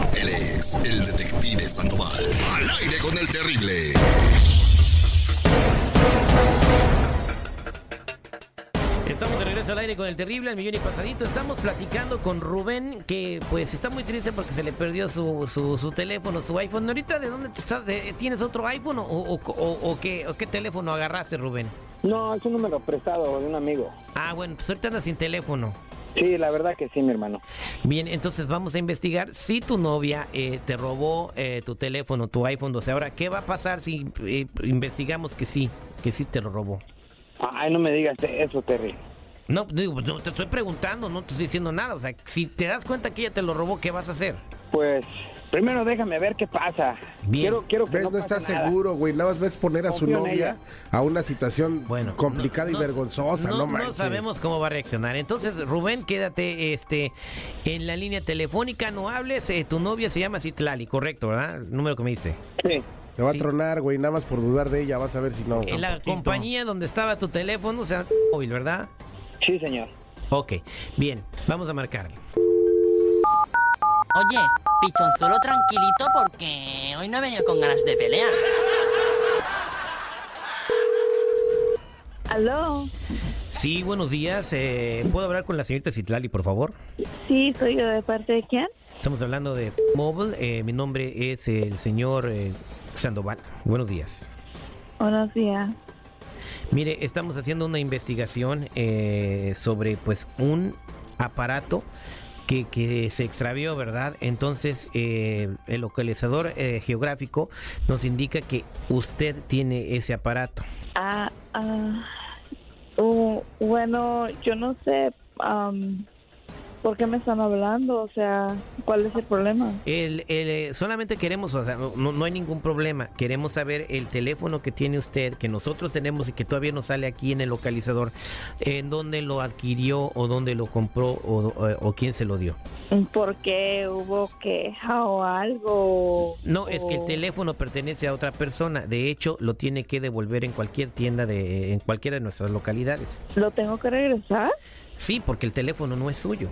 Vázquez, el detective Sandoval. Al aire con el terrible. Estamos de regreso al aire con el terrible, el millón y pasadito. Estamos platicando con Rubén, que pues está muy triste porque se le perdió su, su, su teléfono, su iPhone. ¿Ahorita de dónde te estás? ¿De- ¿Tienes otro iPhone o, o, o- o qué, o qué teléfono agarraste, Rubén? No, es un número prestado de un amigo. Ah, bueno, pues ahorita andas sin teléfono. Sí, la verdad que sí, mi hermano. Bien, entonces vamos a investigar si tu novia eh, te robó eh, tu teléfono, tu iPhone 12. Ahora, ¿qué va a pasar si eh, investigamos que sí, que sí te lo robó? Ay, no me digas eso, Terry. No, digo, pues, no, te estoy preguntando, no te estoy diciendo nada. O sea, si te das cuenta que ella te lo robó, ¿qué vas a hacer? Pues, primero déjame ver qué pasa. Bien. Quiero, quiero que ¿Ves? no No, está pase nada. seguro, güey. Nada más va a exponer a su Confío en novia ella. a una situación Bueno, complicada no- no- y vergonzosa, no, no, manches. no sabemos cómo va a reaccionar. Entonces, Rubén, quédate este en la línea telefónica, no hables. eh, tu novia se llama Citlali, correcto, ¿verdad? El número que me diste. Sí. Te va Sí. a tronar, güey, nada más por dudar de ella, vas a ver si no. En la compañía donde estaba tu teléfono, o sea, móvil, ¿verdad? sí, señor. Ok, bien, vamos a marcarle. Oye, pichonzuelo tranquilito porque hoy no he venido con ganas de pelear. Aló, Sí, buenos días. eh, ¿Puedo hablar con la señorita Citlali, por favor? sí, soy yo, ¿de parte de quién? Estamos hablando de Mobile. eh, mi nombre es el señor eh, Sandoval. Buenos días. Buenos días. Mire, estamos haciendo una investigación eh, sobre pues un aparato que, que se extravió, ¿verdad? Entonces, eh, el localizador eh, geográfico nos indica que usted tiene ese aparato. Ah, ah, uh, bueno, yo no sé am, por qué me están hablando, o sea, ¿cuál es el problema? El, el, eh, solamente queremos, o sea, no, no hay ningún problema. Queremos saber el teléfono que tiene usted, que nosotros tenemos y que todavía no sale aquí en el localizador, en dónde lo adquirió o dónde lo compró o, o- o quién se lo dio. ¿Por qué hubo queja o algo? No, es que el O- teléfono pertenece a otra persona. De hecho, lo tiene que devolver en cualquier tienda de, en cualquiera de nuestras localidades. ¿Lo tengo que regresar? Sí, porque el teléfono no es suyo.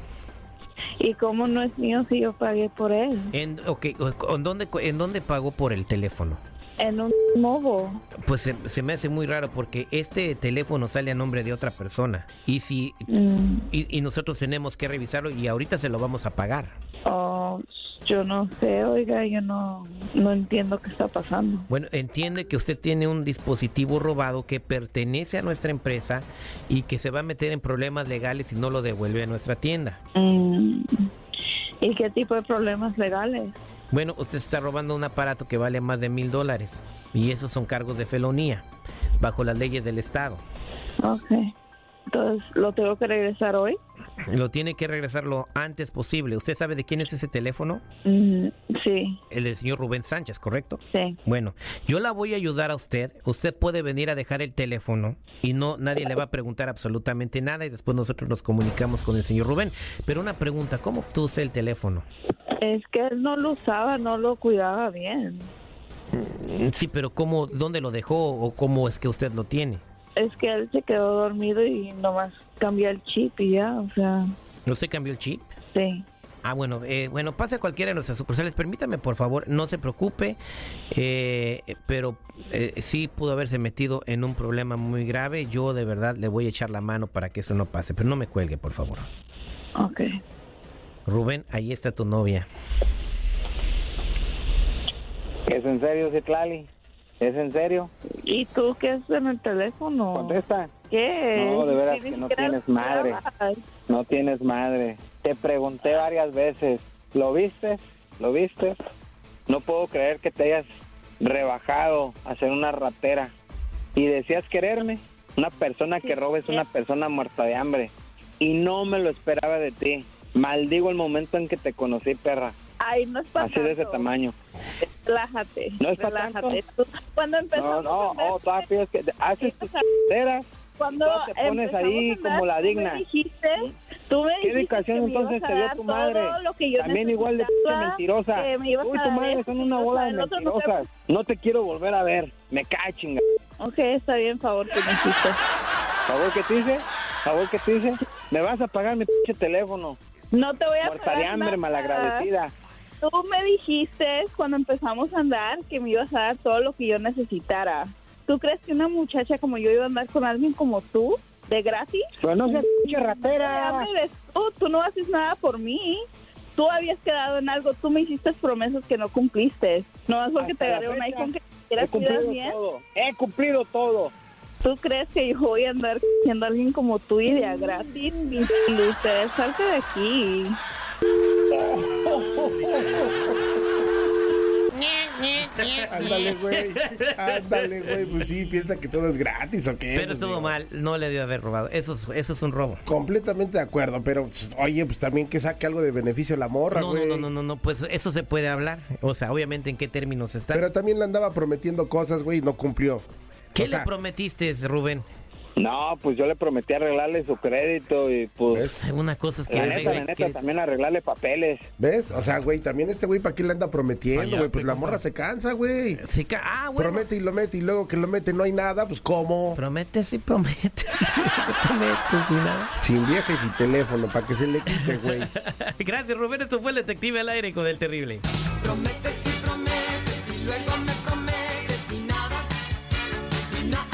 ¿Y cómo no es mío si yo pagué por él? En, ok, ¿en dónde, ¿En dónde pagó por el teléfono? En un mobo. Pues se, se me hace muy raro porque este teléfono sale a nombre de otra persona. Y si Mm, y, y nosotros tenemos que revisarlo y ahorita se lo vamos a pagar. oh, yo no sé, oiga, yo no, no entiendo qué está pasando. Bueno, entiende que usted tiene un dispositivo robado que pertenece a nuestra empresa y que se va a meter en problemas legales si no lo devuelve a nuestra tienda. Mm, ¿Y qué tipo de problemas legales? Bueno, usted está robando un aparato que vale más de mil dólares y esos son cargos de felonía bajo las leyes del estado. Ok. Entonces, ¿lo tengo que regresar hoy? Lo tiene que regresar lo antes posible. ¿Usted sabe de quién es ese teléfono? Mm, sí, El del señor Rubén Sánchez, ¿correcto? sí. Bueno, yo la voy a ayudar a usted. Usted puede venir a dejar el teléfono y no nadie le va a preguntar absolutamente nada y después nosotros nos comunicamos con el señor Rubén. Pero una pregunta, ¿cómo obtuvo usted el teléfono? Es que él no lo usaba, no lo cuidaba bien. Mm, Sí, pero ¿cómo dónde lo dejó o cómo es que usted lo tiene? Es que él se quedó dormido y nomás cambió el chip y ya, o sea, ¿Usted cambió el chip? sí. Ah, bueno, eh, bueno, pase a cualquiera de nuestras sucursales. Permítame, por favor, no se preocupe, eh, pero eh, sí pudo haberse metido en un problema muy grave. Yo de verdad le voy a echar la mano para que eso no pase, pero no me cuelgue, por favor. Ok. Rubén, ahí está tu novia. ¿Es en serio, Citlali? ¿Es en serio? ¿Y tú qué haces en el teléfono? Contesta. ¿Qué? Pues No, de veras Si ni que no siquiera lo tienes madre. cuidabas. No tienes madre. Te pregunté varias veces. ¿Lo viste? ¿Lo viste? No puedo creer que te hayas rebajado a ser una ratera. Y decías quererme. Una persona que roba es una persona muerta de hambre. Y no me lo esperaba de ti. Maldigo el momento en que te conocí, perra. Ay, no es para Así de ese Pues tanto. tamaño. Relájate. No es pa' relájate. Tú- Cuando No, empezamos no, a andar, oh, todavía pides que te- haces tus tonteras. cuando no te pones empezamos ahí a andar, como la tú me digna. dijiste, tú me dijiste educación que me entonces ibas a te dio dar tu madre? todo lo que yo También igual de pinche necesitaba, mentirosa. que me ibas Uy, a tu dar madre esto, son que una me ibas bola a de dar el otro, no te- mentirosas. No te quiero volver a ver. Me cae chinga. Ok, está bien, favor que me hiciste. ¿Favor que te hice? ¿Favor que te hice? Me vas a pagar mi pinche teléfono. No te voy a Muerta de pagar hambre, nada. malagradecida. tú me dijiste cuando empezamos a andar que me ibas a dar todo lo que yo necesitara. ¿Tú crees que una muchacha como yo iba a andar con alguien como tú? ¿De gratis? Pero no seas pinche Ya ratera. me ves tú, tú no haces nada por mí. Tú habías quedado en algo, tú me hiciste promesas que no cumpliste. No es porque Hasta te la agarré un fecha, iPhone que ni siquiera He cuidas cumplido bien. todo. He cumplido todo. ¿Tú crees que yo voy a andar siendo alguien como tú y de a gratis? Pinche Luce, salte de aquí. Ñe, Ñe, Ñe, Ándale, güey. Ándale, güey. Pues sí, piensa que todo es gratis o qué. Pero Pues, estuvo digo, mal, no le dio haber robado. Eso es, eso es un robo. Completamente de acuerdo, pero pues, oye, pues también que saque algo de beneficio la morra, No, no, güey. no, no, no, no, pues eso se puede hablar. O sea, obviamente en qué términos está. Pero también le andaba prometiendo cosas, güey, y no cumplió. ¿Qué O sea, le prometiste, Rubén? No, pues yo le prometí arreglarle su crédito y pues... ¿Ves? Hay una cosa es que La neta, arregle- la neta, que- también arreglarle papeles. ¿Ves? O sea, güey, también este güey, ¿para qué le anda prometiendo, güey? Pues la morra se cansa, güey. Sí, ca- ah, bueno. Promete y lo mete, y luego que lo mete no hay nada, pues ¿cómo? Prometes y prometes. prometes y nada. Sin vieja y sin teléfono, para que se le quite, güey. Gracias, Rubén. Esto fue el detective al aire con el terrible. Prometes y prometes y luego me prometes y nada, y nada.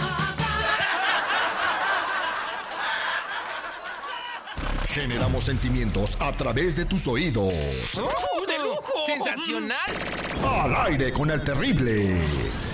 Generamos sentimientos a través de tus oídos. ¡Sensacional! Al aire con el terrible.